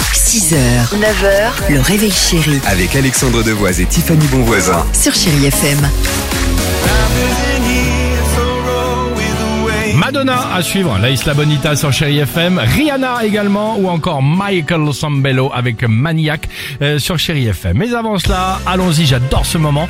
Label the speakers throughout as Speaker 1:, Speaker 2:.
Speaker 1: 6h, 9h, le réveil chéri
Speaker 2: Avec Alexandre Devoise et Tiffany Bonvoisin.
Speaker 1: sur Chéri FM.
Speaker 3: Madonna à suivre, La Isla Bonita sur Chéri FM, Rihanna également ou encore Michael Sambello avec Maniac euh, sur Chéri FM. Mais avant cela, allons-y, j'adore ce moment.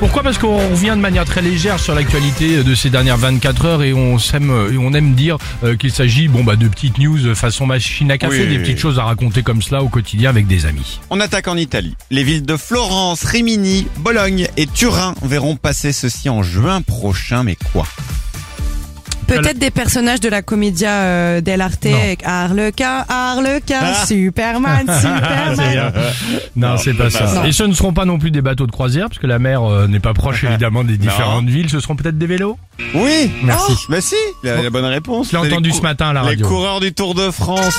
Speaker 3: Pourquoi Parce qu'on revient de manière très légère sur l'actualité de ces dernières 24 heures et on s'aime et on aime dire euh, qu'il s'agit bon bah de petites news façon machine à café,
Speaker 4: Oui.
Speaker 3: des petites choses à raconter comme cela au quotidien avec des amis.
Speaker 4: On attaque en Italie. Les villes de Florence, Rimini, Bologne et Turin verront passer ceci en juin prochain, mais quoi
Speaker 3: Voilà.
Speaker 5: Peut-être des personnages de la commedia euh, dell'arte
Speaker 3: Non.
Speaker 5: avec Harlequin, Harlequin,
Speaker 4: Ah.
Speaker 5: Superman,
Speaker 3: C'est,
Speaker 5: Superman.
Speaker 3: euh, non, c'est pas ça.
Speaker 5: Non.
Speaker 3: Et ce ne seront pas non plus des bateaux de croisière, parce que la mer euh, n'est pas proche évidemment des différentes villes. Ce seront peut-être des vélos.
Speaker 4: Oui
Speaker 3: Merci.
Speaker 4: Bah si, la, la bonne réponse.
Speaker 3: Je l'ai
Speaker 4: C'est les
Speaker 3: entendu
Speaker 4: cou-
Speaker 3: ce matin à la
Speaker 4: Les
Speaker 3: radio.
Speaker 4: coureurs du Tour de France.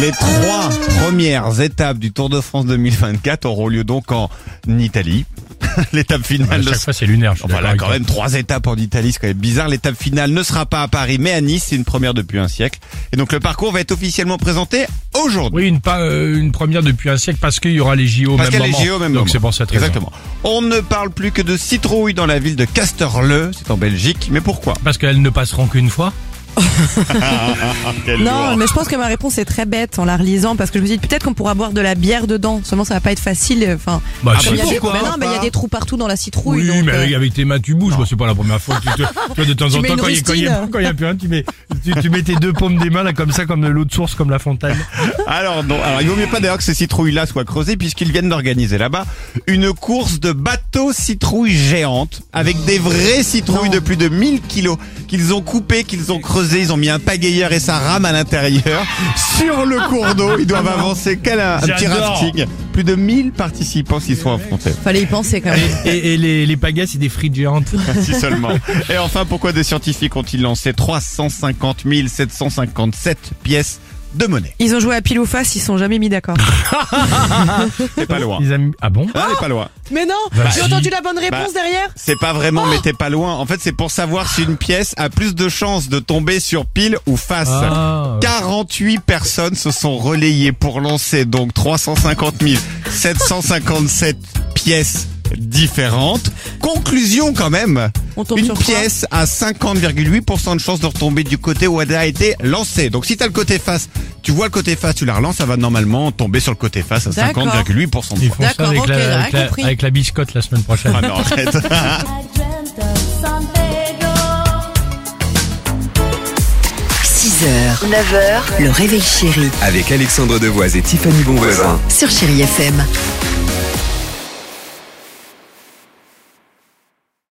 Speaker 4: Les trois premières étapes du Tour de France 2024 auront lieu donc en Italie. L'étape
Speaker 3: À
Speaker 4: finale de
Speaker 3: chaque fois, c'est lunaire. je suis
Speaker 4: Voilà,
Speaker 3: d'accord
Speaker 4: quand
Speaker 3: avec
Speaker 4: même, trois étapes en Italie, c'est quand même bizarre. L'étape finale ne sera pas à Paris, mais à Nice. C'est une première depuis un siècle. Et donc, le parcours va être officiellement présenté
Speaker 3: toi.
Speaker 4: aujourd'hui.
Speaker 3: Oui, une, pa- euh, une première depuis un siècle parce qu'il y aura les JO au
Speaker 4: Parce
Speaker 3: même
Speaker 4: qu'elle est
Speaker 3: moment.
Speaker 4: géo au même
Speaker 3: Donc
Speaker 4: moment.
Speaker 3: c'est pour cette raison.
Speaker 4: Exactement. On ne parle plus que de citrouille dans la ville de Casterle. C'est en Belgique. Mais pourquoi
Speaker 3: Parce qu'elles ne passeront qu'une fois.
Speaker 5: Non, mais je pense que ma réponse est très bête en la relisant parce que je me dis peut-être qu'on pourra boire de la bière dedans. Seulement, ça va pas être facile. euh, Enfin,
Speaker 3: Bah,
Speaker 4: Ah
Speaker 3: tu
Speaker 4: bah,
Speaker 5: il y
Speaker 3: sais
Speaker 5: a des-
Speaker 3: pourquoi
Speaker 5: mais non, mais il y a des trous partout dans la citrouille.
Speaker 3: Oui,
Speaker 5: donc,
Speaker 3: mais
Speaker 5: euh,
Speaker 3: avec, avec tes mains, tu bouges. Moi, c'est pas la première fois. que Tu, te- tu vois, de temps en
Speaker 5: mets
Speaker 3: temps,
Speaker 5: une
Speaker 3: quand il quand il y, a-
Speaker 5: rustine.
Speaker 3: quand il y a plus un, tu mets, tu, tu mets tes deux paumes des mains là comme ça, comme de l'eau de source, comme la fontaine.
Speaker 4: Alors non, alors il vaut mieux pas d'ailleurs que ces citrouilles-là soient creusées puisqu'ils viennent d'organiser là-bas une course de bateaux citrouilles géantes avec des vraies citrouilles de plus de 1000 kilos qu'ils ont coupées, qu'ils ont creusées, ils ont mis un pagayeur et sa rame à l'intérieur sur le cours d'eau. Ils doivent avancer qu'à un, un petit
Speaker 3: J'adore.
Speaker 4: rafting. Plus de 1000 participants s'y sont affrontés.
Speaker 5: Fallait y penser quand même.
Speaker 3: Et, et les, les pagaies, c'est des frites géantes.
Speaker 4: si seulement. Et enfin, pourquoi des scientifiques ont-ils lancé 350 757 pièces de monnaie
Speaker 5: Ils ont joué à pile ou face, ils sont jamais mis d'accord.
Speaker 4: C'est pas loin.
Speaker 3: Ils aiment- Ah bon
Speaker 4: Ah, elle est pas loin.
Speaker 5: Mais non,
Speaker 3: Bah,
Speaker 5: j'ai
Speaker 3: si.
Speaker 5: entendu la bonne réponse
Speaker 4: Bah.
Speaker 5: derrière.
Speaker 4: C'est pas vraiment, mais t'es pas loin. En fait, c'est pour savoir si une pièce a plus de chances de tomber sur pile ou face.
Speaker 3: Ah.
Speaker 4: 48 personnes se sont relayées pour lancer donc 350 757 pièces différentes. Conclusion quand même.
Speaker 5: On tombe
Speaker 4: une
Speaker 5: sur quoi
Speaker 4: pièce à 50,8% de chance de retomber du côté où elle a été lancée. Donc si t'as le côté face, tu vois le côté face, tu la relances, ça va normalement tomber sur le côté face à
Speaker 5: D'accord.
Speaker 4: 50,8% de
Speaker 3: Ils
Speaker 4: fois.
Speaker 3: font ça
Speaker 5: D'accord,
Speaker 3: avec,
Speaker 5: ok, j'ai
Speaker 3: la, avec,
Speaker 5: rien
Speaker 3: la,
Speaker 5: compris.
Speaker 3: avec la biscotte la semaine prochaine.
Speaker 4: Ah non, arrête.
Speaker 6: I dreamt of San Pedro.
Speaker 1: 6h, 9h, le réveil chéri
Speaker 2: Avec Alexandre Devoise et Tiffany Bonvoisin.
Speaker 1: sur Chéri FM.